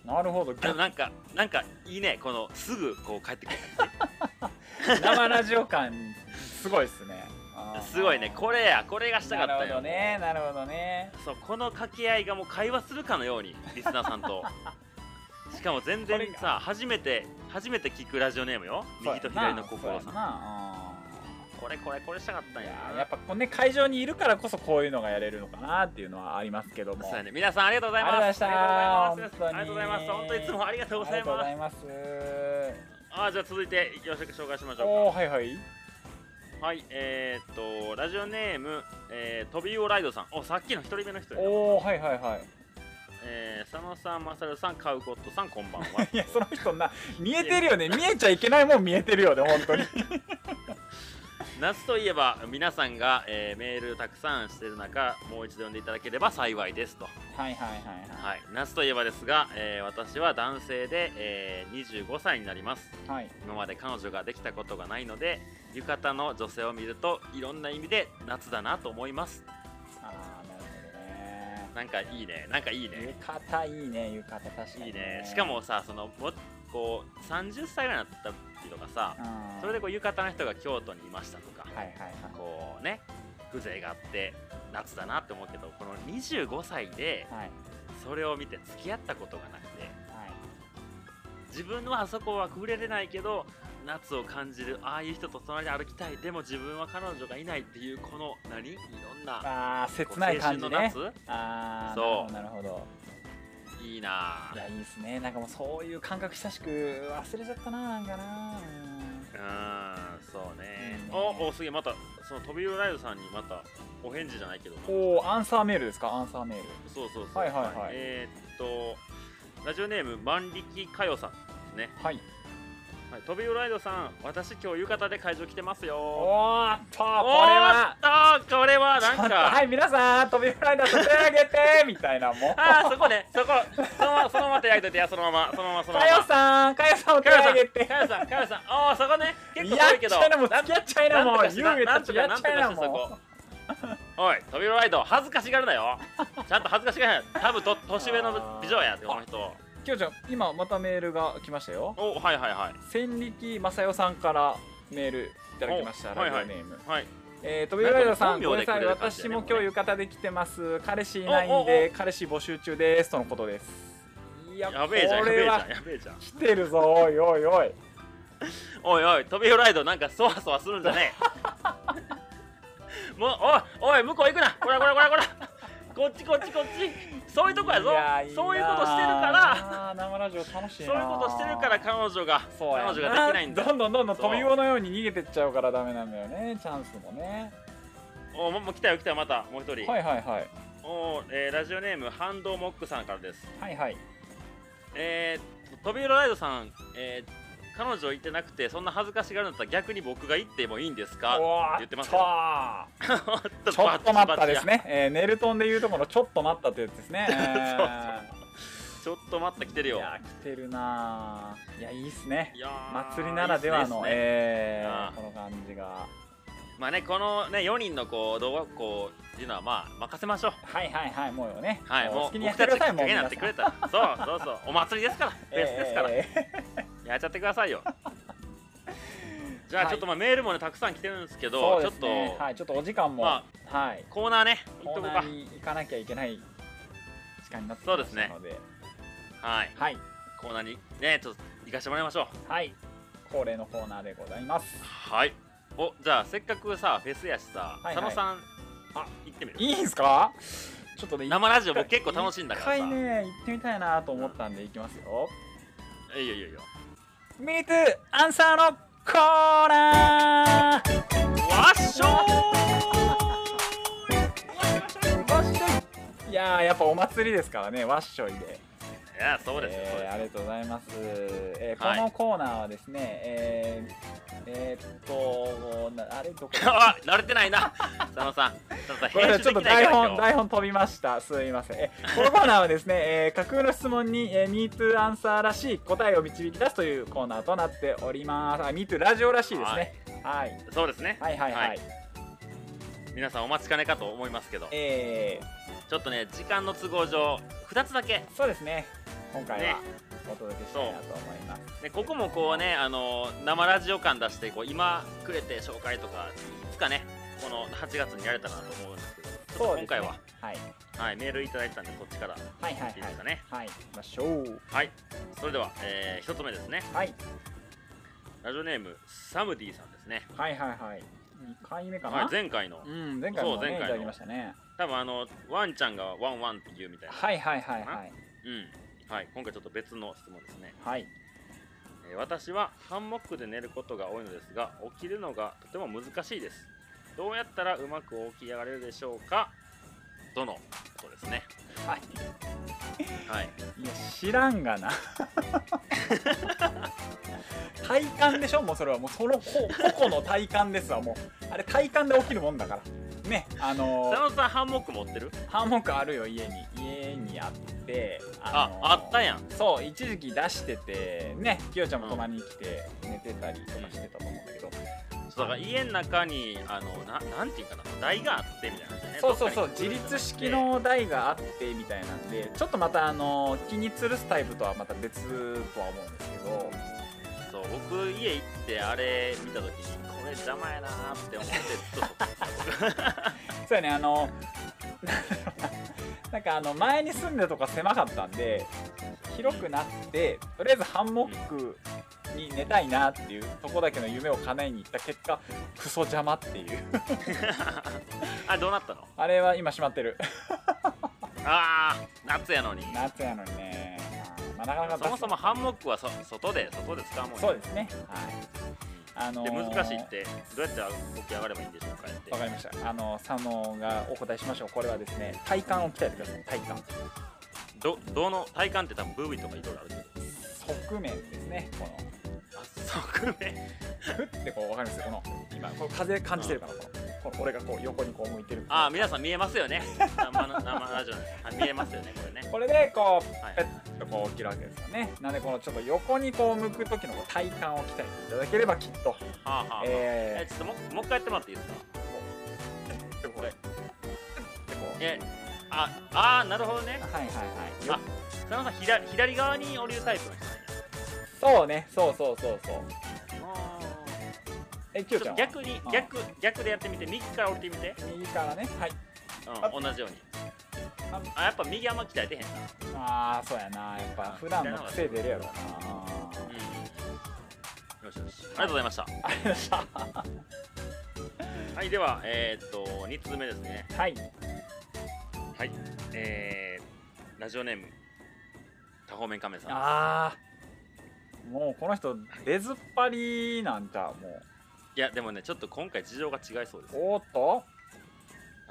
A: ー、なるほ ど。
B: あのなんか、なんかいいね、このすぐこう帰ってくる感
A: 生ラジオ感、すごいっすね。あー
B: じ。すごいね、これや、これがしたかったよ。
A: なるほどね、なるほどね。
B: そうこの掛け合いがもう会話するかの ようにリスナーさんとしかも全然
A: これが
B: さ初めて初めて聞くラジオネームよ右と左の
A: そ
B: 心
A: う
B: さ
A: や
B: ん
A: な
B: これこれこれしたかった
A: そ
B: ん
A: う
B: や
A: やなあーいややっぱこうね会場にいるからこそこういうのがやれるのかなっていうのはありますけども
B: そうやね皆さんありがとうございます
A: ありがとうございました
B: ありがとうございます
A: 本
B: 本
A: 当
B: 当
A: に
B: いつもありがとうございます
A: ありがとうござい
B: あじゃあ続いてよろしく紹介しまし
A: ます
B: ょ
A: おーはいはいう
B: かはいえー、っとラジオネーム、えー、トビウオライドさんおさっきの一人目の人やな
A: おーはいはいはい
B: えー、佐野さんマサルさんカウコットさんこんばんは
A: いやその人な見えてるよね見えちゃいけないもん見えてるよね本当に
B: 夏といえば皆さんが、えーメールたくさんしてる中もう一度読んでいただければ幸いですと、
A: はいはいはい
B: はい、夏といえばですが、えー私は男性で、えー25歳になります
A: はいはい
B: 今まで彼女ができたことがないので浴衣の女性を見るといろんな意味で夏だなと思います
A: ああなるほどね
B: なんかいいねなんかいいね
A: 浴衣いいね浴衣確かに、
B: いいねしかもさそのもこう30歳ぐらいになった時とかさ
A: うん
B: それでこう浴衣の人が京都にいましたとか、
A: はいはいはい
B: こうね風情があって夏だなって思うけどこの25歳で
A: はい
B: それを見て付き合ったことがなくて
A: はい
B: 自分はあそこは触れれないけど夏を感じるああいう人と隣で歩きたいでも自分は彼女がいないっていうこの何いろんな
A: あー
B: こ
A: 切
B: う
A: な
B: 青
A: い感
B: 春
A: じ
B: の
A: ね
B: 夏、
A: ああ
B: そう
A: なるほどなるほ
B: いいな
A: どい
B: ぁ
A: やいいですねなんかもうそういう感覚久しく忘れちゃったななんかな
B: うーんそうね
A: うん
B: おおすげえまたそのトビウオライドさんにまたお返事じゃないけど
A: うんおおアンサーメールですかアンサーメール
B: そうそうそう
A: はいはいはい
B: えーっとラジオネーム万力かよさんですね
A: はい
B: はい、飛びウライドさん、私今日浴衣で会場来てますよ。
A: おーっとこれ
B: おー
A: は
B: あったーこれはなん
A: ちょっと
B: か、
A: はい皆さん飛びフライダー取り上げてみたい なもう
B: ああそこね、そこ、そのままそのまま手焼いといてや、そのまま、そのまま、そのま
A: か
B: ま。
A: よさんかよさんを取り上げて
B: かよさん、かよさん、ああそこね、
A: い
B: 結
A: や
B: 構
A: っ
B: 遠いけど
A: ちゃい、なもう付き合っちゃいなもう
B: なんとかして
A: 優
B: な
A: た
B: んと
A: ち
B: か
A: やっちゃいな
B: なんとかして
A: も
B: おい、飛びウライド、恥ずかしがるなよ。ちゃんと恥ずかしがるなよ。多分と年上の美女やって、この人。
A: うきょうちゃん今またメールが来ましたよ
B: おはいはいはい。
A: 千力正代さんからメールいただきました
B: おは
A: ラ
B: い
A: ジ
B: は
A: オ
B: い
A: ネーム
B: はい、
A: えー、飛びフライダーさ
B: なんん
A: ご
B: か
A: めん
B: 本
A: な
B: 名で
A: さい
B: くれる感じ
A: 私
B: だね
A: も今日浴衣で来てます彼氏いない
B: お
A: ん
B: うおうお
A: で彼氏募集中ですとのことですいや
B: やべえじゃん、
A: こ
B: やべ
A: れ
B: えじゃ
A: は
B: ん、やべえじゃん。
A: 来てるぞおいおいおい
B: おいおい、トビウオライドなんかそわそわするんじゃね え。もう、おい、おい、向こう行くな。こらこらこらこら。こっちこっちこっち。そういうとこやぞ。
A: やな
B: そういうことしてるから、
A: あー生ラジオ楽しい
B: そう
A: な
B: いうことしてるから彼女が、彼
A: そうや
B: 女ができないんだ。
A: どんどんどんどん
B: そう
A: 飛び魚のように逃げてっちゃうからダメなんだよねチャンスもね
B: おもうもう来たよ来たよ、また、もう一人。
A: はいはいはい
B: おえーラジオネーム、ハンドモックさんからです。
A: はいはい
B: えー、トビウオライドさん、えー彼女行ってなくてそんな恥ずかしがるんだったら逆に僕が行ってもいいんですか
A: おー
B: 言ってますよ
A: っ
B: ち
A: とちょっと待ったですね、えー、ネルトンで言うところちょっと待ったってやつですね
B: そうそう
A: えー
B: ちょっと待った来てるよ
A: いや来てるなーいやいいっすね
B: いやー
A: 祭りならではい
B: い
A: の
B: っすねいいっすね
A: え
B: う
A: ー、
B: ん
A: この感じが
B: まあねこのね4人のこう動画こうっていうのはまあ任せましょう
A: はいはいはいもうよね
B: はい
A: もう
B: も
A: 好
B: う
A: きにや
B: 僕
A: って
B: た
A: ください
B: ちがきっか
A: もう
B: けに
A: 皆
B: な
A: さ
B: って
A: ん
B: くれたらそうそうそうお祭りで すからフェスですから
A: えーえーえ
B: やっちゃってくださ いよじゃ
A: は
B: あ
A: い
B: ちょっとまあメールもねたくさん来てるんですけ
A: ー
B: ど
A: そうで
B: ちょっ
A: す
B: と
A: ねはいちょっとお時間も、
B: ま
A: はい
B: コーナーね行っ
A: コー
B: とこう
A: ナ
B: か
A: ーに行かなきゃいけない時間になってきましたので
B: はい
A: はい
B: コーナーにねちょっと行かしてもらいましょう
A: はい恒例のコーナーでございます
B: はいおじゃあせっかくさフェスやしさ、
A: はいはい
B: 佐野さん
A: あ
B: 行ってみる
A: いいんすかちょっとね
B: 生ラジオ僕結構楽しいんだから
A: 一
B: さ、
A: 回ね行ってみたいなと思ったんで行きますよ
B: いいよいいよいいよ
A: ミートアンサーのコーナ ー
B: わっしょー
A: わっしょいいやーやっぱお祭りですからねわっしょいで
B: いやそうですよ、そう
A: えーありがとうございます、えー
B: はい
A: このコーナーはですねえーえーっとなあれどこ
B: です あ慣れてないな佐野さん佐野さん
A: これ
B: 編
A: ちょ
B: 集
A: っ
B: で
A: と
B: きない
A: 台
B: から
A: 本
B: 今日
A: 台本飛びましたすみませんえこのコーナーはですね、えー架空の質問に、えー、MeToo アンサーらしい答えを導き出すというコーナーとなっておりますあ MeToo ラジオらしいですねはい
B: そうですね
A: はいはいはい、
B: はい皆さんお待ちかねかと思いますけど
A: え
B: ちょっとね時間の都合上2つだけ、
A: ーそうですね今回
B: ね
A: はお届けしたいなと思います、
B: ね、ここもこうねあの生ラジオ感出してこう今くれて紹介とかいつかねこの8月にやれたらなと思うんですけどちょっ
A: そう
B: と
A: ですね
B: 今回は、
A: はい、
B: はい、メールいただいてたんでこっちからい
A: はいはい
B: い
A: は
B: で
A: い
B: すかね
A: はい行きましょう
B: はいそれでは、え1つ目ですね
A: はい
B: ラジオネームサムディさんですね、
A: はいはいはい2回目かな、
B: はい、前回の
A: うん前回も
B: そう
A: ねい
B: 前回の
A: ただきましたね
B: 多分あのワンちゃんがワンワンって言うみたいな
A: はいはいはいはい
B: うんはい今回ちょっと別の質問ですね
A: はい
B: えー私はハンモックで寝ることが多いのですが起きるのがとても難しいですどうやったらうまく起き上がれるでしょうかとのことですね
A: はい
B: はい
A: いや知らん がな体感でしょもうそれはもうそのこ個々の体感ですわもうあれ体感で起きるもんだからねあの
B: 佐
A: ー、
B: 野さんハンモック持ってる
A: ハンモックあるよ家に家にあって
B: あ
A: のー
B: あったやん
A: そう一時期出しててねきよちゃんも泊まりに来て寝てたりとかしてたと思うんだけど、
B: そうだから家の中にあのななんていうかな台があってみたいなね
A: そうそうそ
B: ど
A: う
B: っか
A: 自
B: に
A: 立式の台があってみたいなんでちょっとまたあのー気に吊るすタイプとはまた別とは思うんですけど
B: そう僕家行ってあれ見た時にこれ邪魔やなーって思ってちょっ と
A: そうやねあの なんかあの前に住んでるとか狭かったんで広くなってとりあえずハンモックに寝たいなっていうとこだけの夢を叶えに行った結果クソ邪魔っていう
B: あどうなったの
A: あれは今閉まってる
B: あー夏やのに
A: 夏やのにねまあなかなか出
B: そ
A: す
B: もそもハンモックはそ外で外で使うもんや
A: そうですねはいあの
B: で
A: ー
B: 難しいってどうやって起き上がればいいんでしょうかって
A: わかりましたあの佐野がお答えしましょうこれはですね体幹を鍛えてください体幹
B: どどの体幹って多分ブーブイとかいろいろあるけど
A: 側面ですねこの
B: あ側面
A: ふってこうわかりますこの今この風感じてるかなこのこの俺がこう横にこう向いてる
B: あ皆さん見えます よね生の生ラジオなんであ見えますよねこれね
A: これでこう
B: はい
A: ペッとこう起きるわけですよねなんでこのちょっと横にこう向く時のこう体幹を鍛えていただければきっと
B: はあはあ、はあ
A: え
B: えちょっとももう一回やってもらっていいですか
A: ー、こうでこれでこう
B: えああーなるほどね
A: はいはいは
B: あ
A: い
B: 佐野さん左左側に降りるタイプの人なんや
A: そうねそうそうそうそう
B: あ
A: えき
B: ー
A: よ
B: ち
A: ち
B: ょ
A: ゃ
B: っと
A: んは
B: 逆に
A: あー
B: 逆逆でやってみて右から降りてみて、
A: 右からねはい
B: うん、同じようにあやっぱ右あんま鍛えてへんな
A: ああそうやなやっぱ普段の癖出るやろな
B: うんよしよしありがとうございました
A: ありました
B: はいではえー、っと2通目ですね
A: はい
B: はいえー、ラジオネーム多方面カメさん
A: ああもうこの人出ずっぱりなんじゃうもう
B: いやでもねちょっと今回事情が違いそうです、
A: おーっと
B: は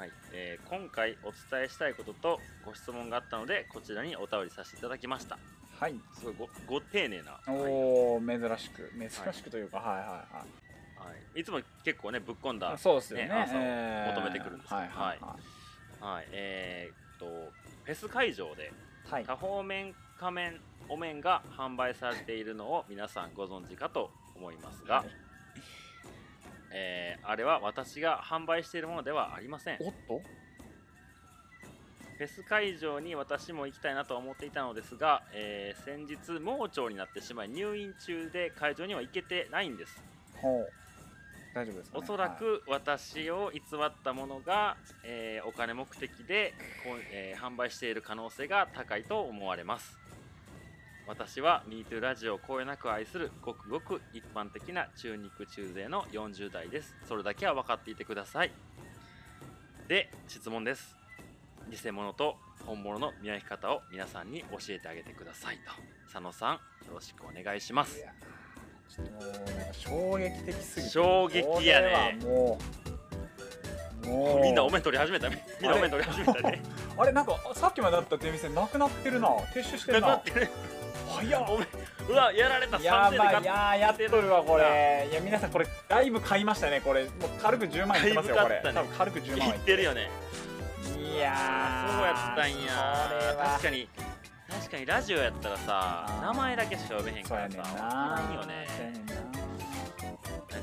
B: いえー今回お伝えしたいこととご質問があったのでこちらにお便りさせていただきました
A: はい
B: すごいごご丁寧な、はい
A: おお珍しく珍しくというか、はい、はいはい
B: はい、いつも結構ねぶっ込んだ
A: そうですよね
B: ねアンサーを
A: えー
B: 求めてくるんですけど
A: はいはいは
B: はいえー、っとフェス会場で
A: い、はい
B: 多方面仮面お面が販売されているのを皆さんご存知かと思いますが、えーあれは私が販売しているものではありませんフ
A: おっと
B: ェス会場に私も行きたいなと思っていたのですが、えー先日盲腸になってしまい入院中で会場には行けてないんです
A: ほう大丈夫ですか、
B: お
A: ね、
B: そらく私を偽ったものが、えーお金目的で、こうえー販売している可能性が高いと思われます私は MeToo ラジオをこよなく愛するごくごく一般的な中肉中背の40代ですそれだけは分かっていてくださいで質問です偽物と本物の見分け方を皆さんに教えてあげてくださいと佐野さんよろしくお願いしま
A: い
B: す
A: やーちょっともうなんか衝撃的すぎて
B: 衝撃やね
A: これはもうもう
B: みんなお面取り始めたねみんなお面取り始めた ね
A: あれなんかさっきまであった出店なくなってるな撤収してる
B: な
A: な
B: くなってる
A: 早っ
B: お面うわやられた
A: や
B: 3000で
A: ば
B: 買
A: い
B: っ
A: いやーやっとるわこれいや皆さんこれだいぶ買いましたねこれもう軽く10万いってますよこれ
B: だいぶ買ったね
A: 多分軽く10万
B: 言
A: はい
B: っ
A: って
B: てるよね
A: いやー
B: そうやったん
A: これ
B: や
A: は
B: 確かに確かにラジオやったらさ名前だけしか呼べへん
A: そ
B: か
A: うや
B: ら
A: ねん
B: さ
A: な
B: わからんよね
A: そうやねんな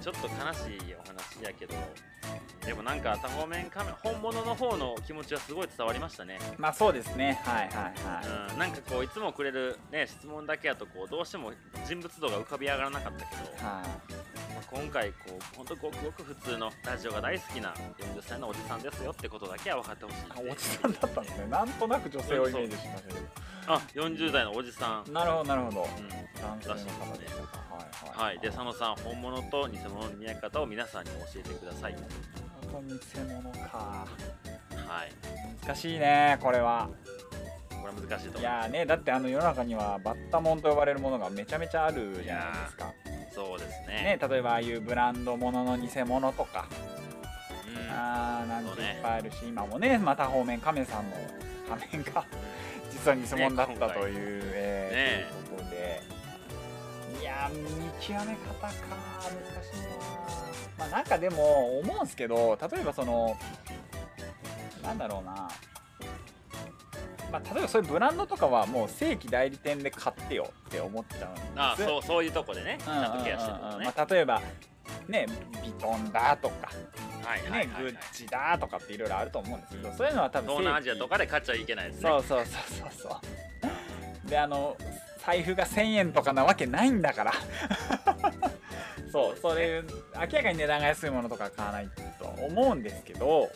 B: ちょっと悲しいお話やけどでもなんか多方面カメ本物の方の気持ちはすごい伝わりましたね、
A: まあそうですねはいはいは
B: うん、なんかこういつもくれる、ね、質問だけやとこうどうしても人物像が浮かび上がらなかったけど
A: い、はい
B: まあ今回こう本当ごくごく普通のラジオが大好きな40歳のおじさんですよってことだけは分かってほしい
A: あおじさんだったんですね なんとなく女性をイメージしましたけど
B: あ40代のおじさん、
A: なるほどなるほど
B: うん、
A: 男性の方でしたかは
B: は
A: は
B: い
A: い
B: い、で佐野さん本物と偽物の見分け方を皆さんに教えてください。
A: 本当に偽物か
B: はい、
A: 難しいねこれは
B: これ難しい
A: い
B: と思いま
A: やーねだってあの世の中にはバッタモンと呼ばれるものがめちゃめちゃあるじゃないですか
B: す。そうです
A: ね
B: ね。
A: 例えばああいうブランド物の偽物とか
B: うん、
A: あーなん
B: そう
A: てい
B: ね
A: っぱいあるし今もねまた方面亀さんも仮面が 実は偽物だったという、えーということでいやー見極め方か難しいなまあなんかでも思うんすけど例えばそのなんだろうなまあ、例えばそういうブランドとかはもう正規代理店で買ってよって思っちゃうんです
B: あ、そうそういうとこでね、ち
A: うんうんうん
B: ゃんとケアしてるの
A: うん
B: ね。
A: まあ、例えばねビトンだとか
B: はいはい
A: ね、
B: は
A: グ
B: い、
A: ッ
B: はい。
A: チだとかっていろいろあると思うんですけど、
B: うん
A: そういうのは多分
B: 東南アジアと
A: か、
B: かで買っちゃいけないですね。
A: そうそうそうそうそうであの財布が1000円とかなわけないんだ からそうそれ明らかに値段が安いものとか買わないと思うんですけど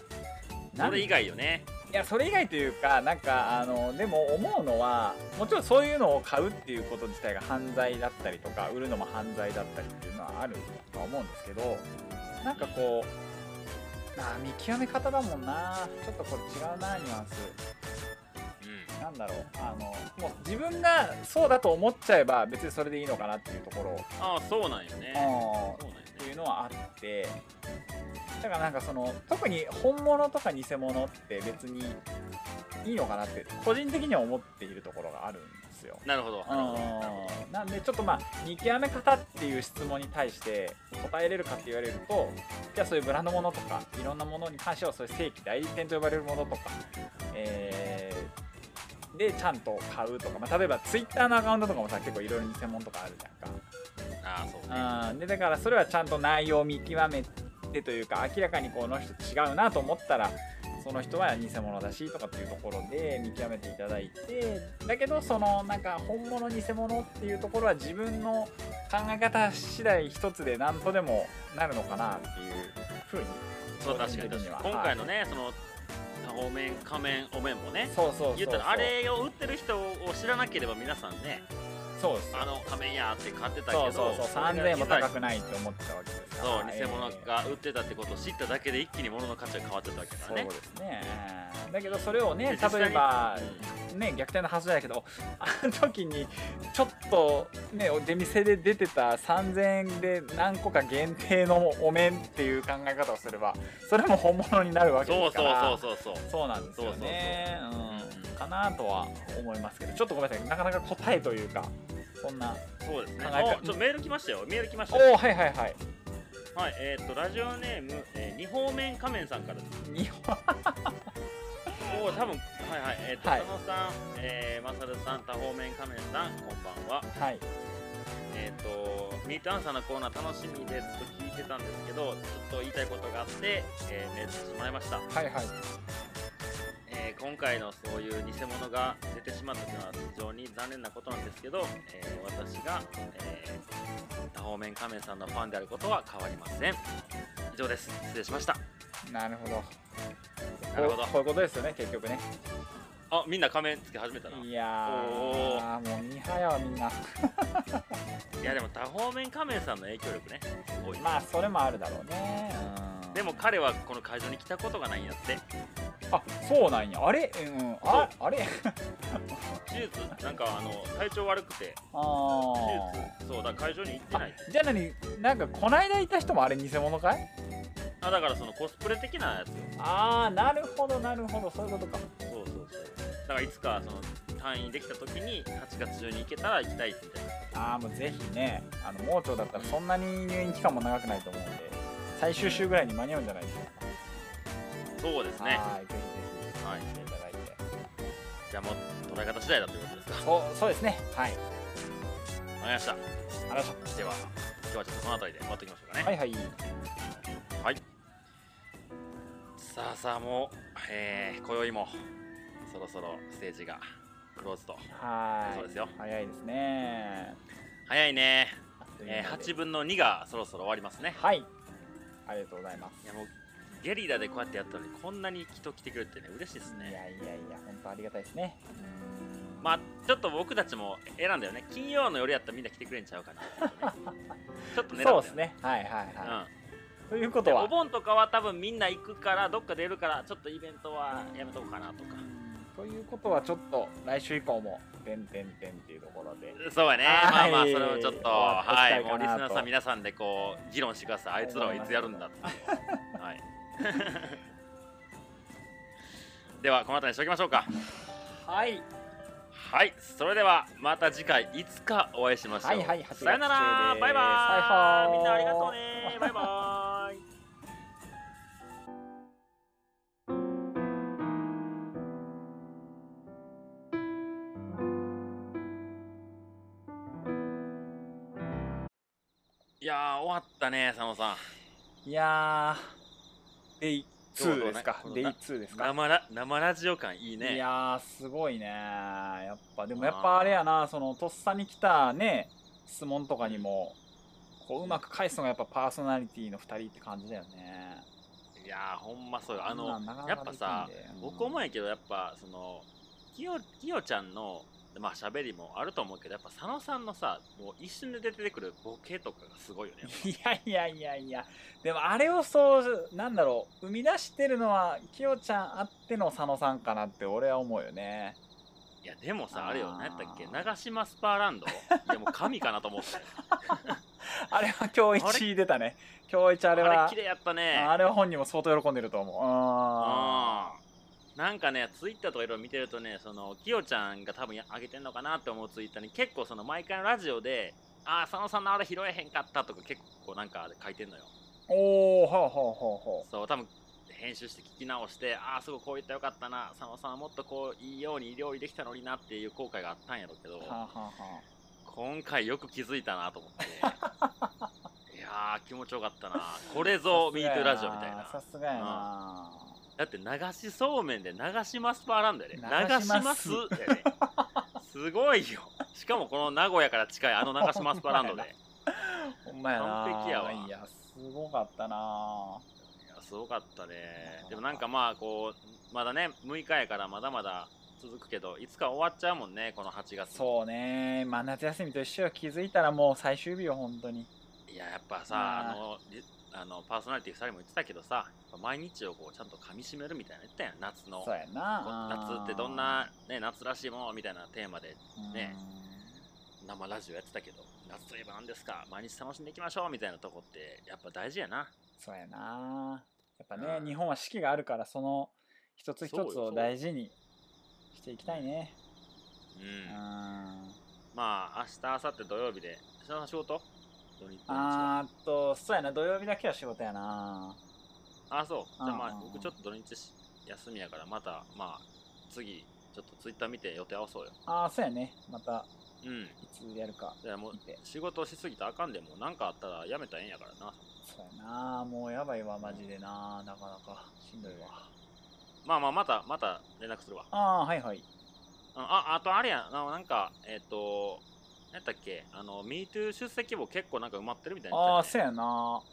B: そ
A: なん
B: れ以外よね。
A: いやそれ以外というかなんかあのでも思うのはもちろんそういうのを買うっていうこと自体が犯罪だったりとか売るのも犯罪だったりっていうのはあるとは思うんですけどなんかこうあー見極め方だもんなちょっとこれ違うなニュアンス
B: う
A: なんだろうあのもう自分がそうだと思っちゃえば別にそれでいいのかなっていうところ
B: ん。あ、そうなんよね。
A: うん
B: そうなんよ
A: ってい
B: ね。
A: うのはあってだからなんかその特に本物とか偽物って別にいいのかなって個人的には思っているところがあるんですよ。
B: なるほど。なるほどなるほど。
A: なんでちょっとまあ見極め方っていう質問に対して答えれるかって言われるとじゃあそういうブランドものとかいろんなものに関してはそういう正規代理店と呼ばれるものとか、えーでちゃんと買うとか、まあ、例えばツイッターのアカウントとかもさ結構いろいろ偽物とかあるじゃんか。
B: あ、そうね。
A: うん、でだからそれはちゃんと内容を見極めてというか明らかにこの人違うなと思ったらその人は偽物だしとかっていうところで見極めていただいてだけどそのなんか本物偽物っていうところは自分の考え方次第一つで何とでもなるのかなっていうふうに
B: そう確かに
A: 個人
B: 確
A: 的
B: か
A: は
B: に。今回のね、その多方面仮面お面もね。
A: そうそうそうそう
B: 言ったらあれを売ってる人を知らなければ皆さんね
A: そうです
B: あの仮面やって買ってたけ
A: そ
B: ど
A: うそうそう
B: れ
A: 3000
B: が
A: 円も
B: いざ
A: 高くないって思ってたわけですか
B: そう
A: ら
B: 偽物
A: ええ
B: が売ってたってことを知っただけで一気に物の価値が変わってたわけだ
A: そ
B: か
A: う
B: ら
A: で
B: ね。
A: すねだけどそれをね
B: で実際に
A: 例えば
B: うん
A: ね、逆転のはずだけどあの時にちょっとね出店で出てた3,000円で何個か限定のお面っていう考え方をすればそれも本物になるわけ
B: そ
A: で
B: う
A: すから
B: そうそうそうそう。
A: そうなんですよねうんかなとは思いますけどちょっとごめんなさいなかなか答えというかそんな
B: そうですね。
A: 考えた
B: おちょっとメール来ましたよ。メール来ましたよ。
A: おおはいはいはい
B: はい、えーっとラジオネーム、えー二方面仮面さんからです。
A: 日本
B: おお多分はいはい。えーっと
A: はい
B: 佐野さん、えーマサルさん、多方面仮面さん、こんばんは。
A: はい
B: えー、とミートアンサーのコーナー楽しみでずっと聞いてたんですけどちょっと言いたいことがあって、えーメールさせてもらいました、
A: はいはい
B: えー今回のそういう偽物が出てしまったというのは非常に残念なことなんですけど、えー私が、えー、多方面仮面さんのファンであることは変わりません以上です失礼しました
A: なるほど
B: なるほど
A: こうこういうことですよね結局ね
B: あみんな仮面つけ始めたない
A: やーもうミハヤはみんない
B: やでも多方面仮面さんの影響力ね多い
A: まあそれもあるだろうねうん
B: でも彼はこの会場に来たことがないんやって
A: あそうなんやあれうんああれ
B: 手術なんかあの体調悪くて
A: あ
B: 手
A: ー
B: 術そうだから会場に行ってない
A: じゃあ何なんかこないだいた人もあれ偽物かい
B: あだからそのコスプレ的なやつよ
A: ああなるほどなるほどそういうことか
B: そうそうそうだからいつかその退院できた時に8月中に行けたら行きたいみたいな
A: ああもうぜひねあの盲腸だったらそんなに入院期間も長くないと思うんで最終週ぐらいに間に合うんじゃないですか
B: そうですね
A: はいぜひぜひ
B: はい
A: 来ていただいて
B: じゃあもう捉え方次第だということですか
A: そうそうですねはい
B: わかりました
A: あらしょ
B: では今日はちょっとそのあたりで終わっていきましょうかね
A: はいはい
B: さあさあもう、えー、今宵もそろそろステージがクローズと
A: はーい
B: そうですよ
A: 早いですね
B: 早いね、
A: あっという間
B: え
A: で
B: ー、8分の2がそろそろ終わりますね
A: はいありがとうございます
B: いやもうゲリラでこうやってやったのにこんなに人来てくれてね嬉しいです
A: いやい
B: ね
A: やいや本当ありがたいですね
B: まあちょっと僕たちも選んだよね金曜の夜やったらみんな来てくれんちゃうか なちょっとねちょっと狙ったよ
A: そうですねはいはいは
B: う
A: いというこ
B: ん、
A: と
B: で
A: は
B: お盆とかは多分みんな行くからどっか出るからちょっとイベントはやめとこうかなとか
A: ということはちょっと来週以降も「てんてんてん」っていうところで
B: そうやね、
A: はい
B: まあまあそれをちょっと
A: おお
B: は
A: お
B: い
A: 伝え
B: も
A: か
B: う
A: なと
B: リスナーさん皆さんでこう議論してくださいあいつらはいつやるんだっていうはい ではこの辺りにしておきましょうか
A: はい
B: はいそれではまた次回いつかお会いしましょう、
A: はいはい8月
B: さよなら
A: 中です
B: バイ
A: はい
B: バ
A: は
B: イ
A: ー
B: みんなありがとう ねバイバイいやー終わったね佐野さん
A: いやーデイ
B: どう
A: 2
B: どう
A: ですか
B: な
A: デイ2ですか
B: 生ラ生ラジオ感いいね
A: いやーすごいねやっぱでもやっぱあれやなそのとっさに来たね質問とかにもこううまく返すのがやっぱパーソナリティの2人って感じだよね
B: いやーほんまそうよあの
A: そんなんなか
B: や
A: なか
B: っぱ
A: できな
B: さ
A: いんでうん
B: 僕思うんやけどやっぱそのきよきよちゃんのまあ喋りもあると思うけどやっぱ佐野さんのさもう一瞬で出てくるボケとかがすごいよね
A: いやいやいやいやでもあれをそうなんだろう生み出してるのはきよちゃんあっての佐野さんかなって俺は思うよね
B: いやでも
A: あ
B: さ
A: ー
B: あれよ何やったっけ長島スパー ランドでも神かなと思って
A: あれは今
B: あ
A: 日一出たね今日一あ
B: あ
A: れ
B: れ
A: はあ
B: 綺麗やった
A: れ
B: ね
A: は本人も相当喜んでると思ううん
B: うんなんかねツイッターとかいろいろ見てるとねそのきよちゃんが多分上げてんのかなって思うツイッターに結構その毎回のラジオで「ああ佐野さんのあれ拾えへんかった」とか結構なんか書いてんのよ
A: おおほうほうほうほう
B: そう多分編集して聞き直してああすごいこう言ったらよかったな佐野さんはもっとこういいように料理できたのになっていう後悔があったんやろうけど
A: はあ、はあはあ
B: 今回よく気づいたなと 思っていやー気持ちよかったなこれぞミートラジオみたいな
A: さすがやな
B: だって流しそうめんで流しますパーランドやで、
A: 流
B: 流
A: し
B: し
A: ま
B: ますすやですごいよしかもこの名古屋から近いあの流しますパーランドでい
A: ほんまやな
B: 完璧やわ
A: いやすごかったな
B: やすごかったねでもなんかまあこうまだね6日やからまだまだ続くけどいつか終わっちゃうもんねこの8月
A: そうねまあ夏休みと一緒よ気づいたらもう最終日よ本当に
B: いややっぱさ
A: まあ
B: あのリあのパーソナリティ2人も言ってたけどさやっぱ毎日をこうちゃんと噛みしめるみたいなの言ったやん夏の
A: そうや
B: こ
A: な
B: 夏ってどんな、ね、夏らしいものみたいなテーマでね
A: うん
B: 生ラジオやってたけど夏といえば何ですか毎日楽しんでいきましょうみたいなとこってやっぱ大事やな
A: そうやなやっぱね、
B: うん
A: 日本は四季があるからその一つ一
B: そうよ
A: つ
B: そう
A: を
B: よ
A: 大事にしていきたいね
B: うん、
A: うん
B: まあ明日明後日土曜日で明日の仕事土日あ
A: あーっとそうやな土曜日だけは仕事やな
B: あそうじゃあま
A: うんう
B: あ
A: んうん
B: 僕ちょっと土日し休みやからまたまあ次ちょっとツイッター見て予定合わそうよ
A: ああそうやねまた
B: うん
A: いつやるか
B: じゃあもう
A: 見て
B: 仕事しすぎたらあかんでもなんかあったらやめたらええんやからな
A: そうやなもうやばいわマジでななかなかしんどいわ
B: まあまあまたまた連絡するわ
A: ああはいはい
B: うんああとあれやななんかえっ、と何やったっけあの MeToo 出席簿結構なんか埋まってるみたいな
A: あ
B: や
A: あ
B: つ
A: そうやな
B: ちょ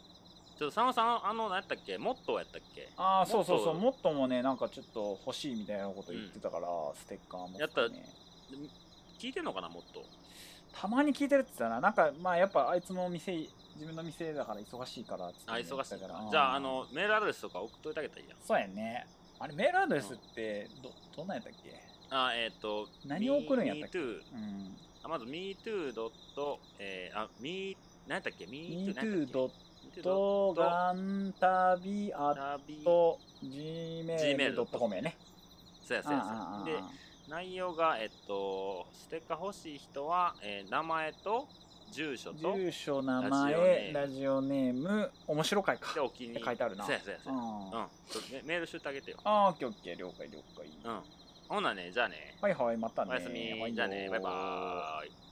B: っと佐野さんあの何やったっけモットーやったっけ
A: ああそうそうそう
B: も
A: もっともねなんかちょっと欲しいみたいなこと言ってたから、ステッカーも、ね、
B: やった聞いてんのかなモットー
A: たまに聞いてるって言ってたななんかまあやっぱあいつも店自分の店だから忙しいからっつって
B: あ
A: ね、
B: 忙しい
A: 言ってた
B: から
A: うん
B: じゃああのメールアドレスとか送っといてあげたらいいやん
A: そうやねあれメールアドレスってどどんなんやったっけ
B: あえっ、と
A: 何を送るんやったっけ
B: MeToo
A: うん
B: あまず MeToo. えー、あ Me 何やったっけ MeToo 何やったっけ
A: MeToo. とガンタビアッ
B: ラビ
A: ト gmail.com やね
B: そうやそうやそうやで内容がえっとステッカー欲しい人は、えー名前と住所
A: で
B: と
A: 住所名前
B: 前
A: ラジオネーム面白いか
B: でお気に
A: って書いてあるな
B: そうやそうやそうや
A: うん
B: うん、ちょっとねメールしといてあげてよ
A: あーオッケーオッケー了解了解
B: うんほなねじゃあね
A: はいはいまたね
B: おやすみ
A: はいよ
B: じゃあねバイバーイ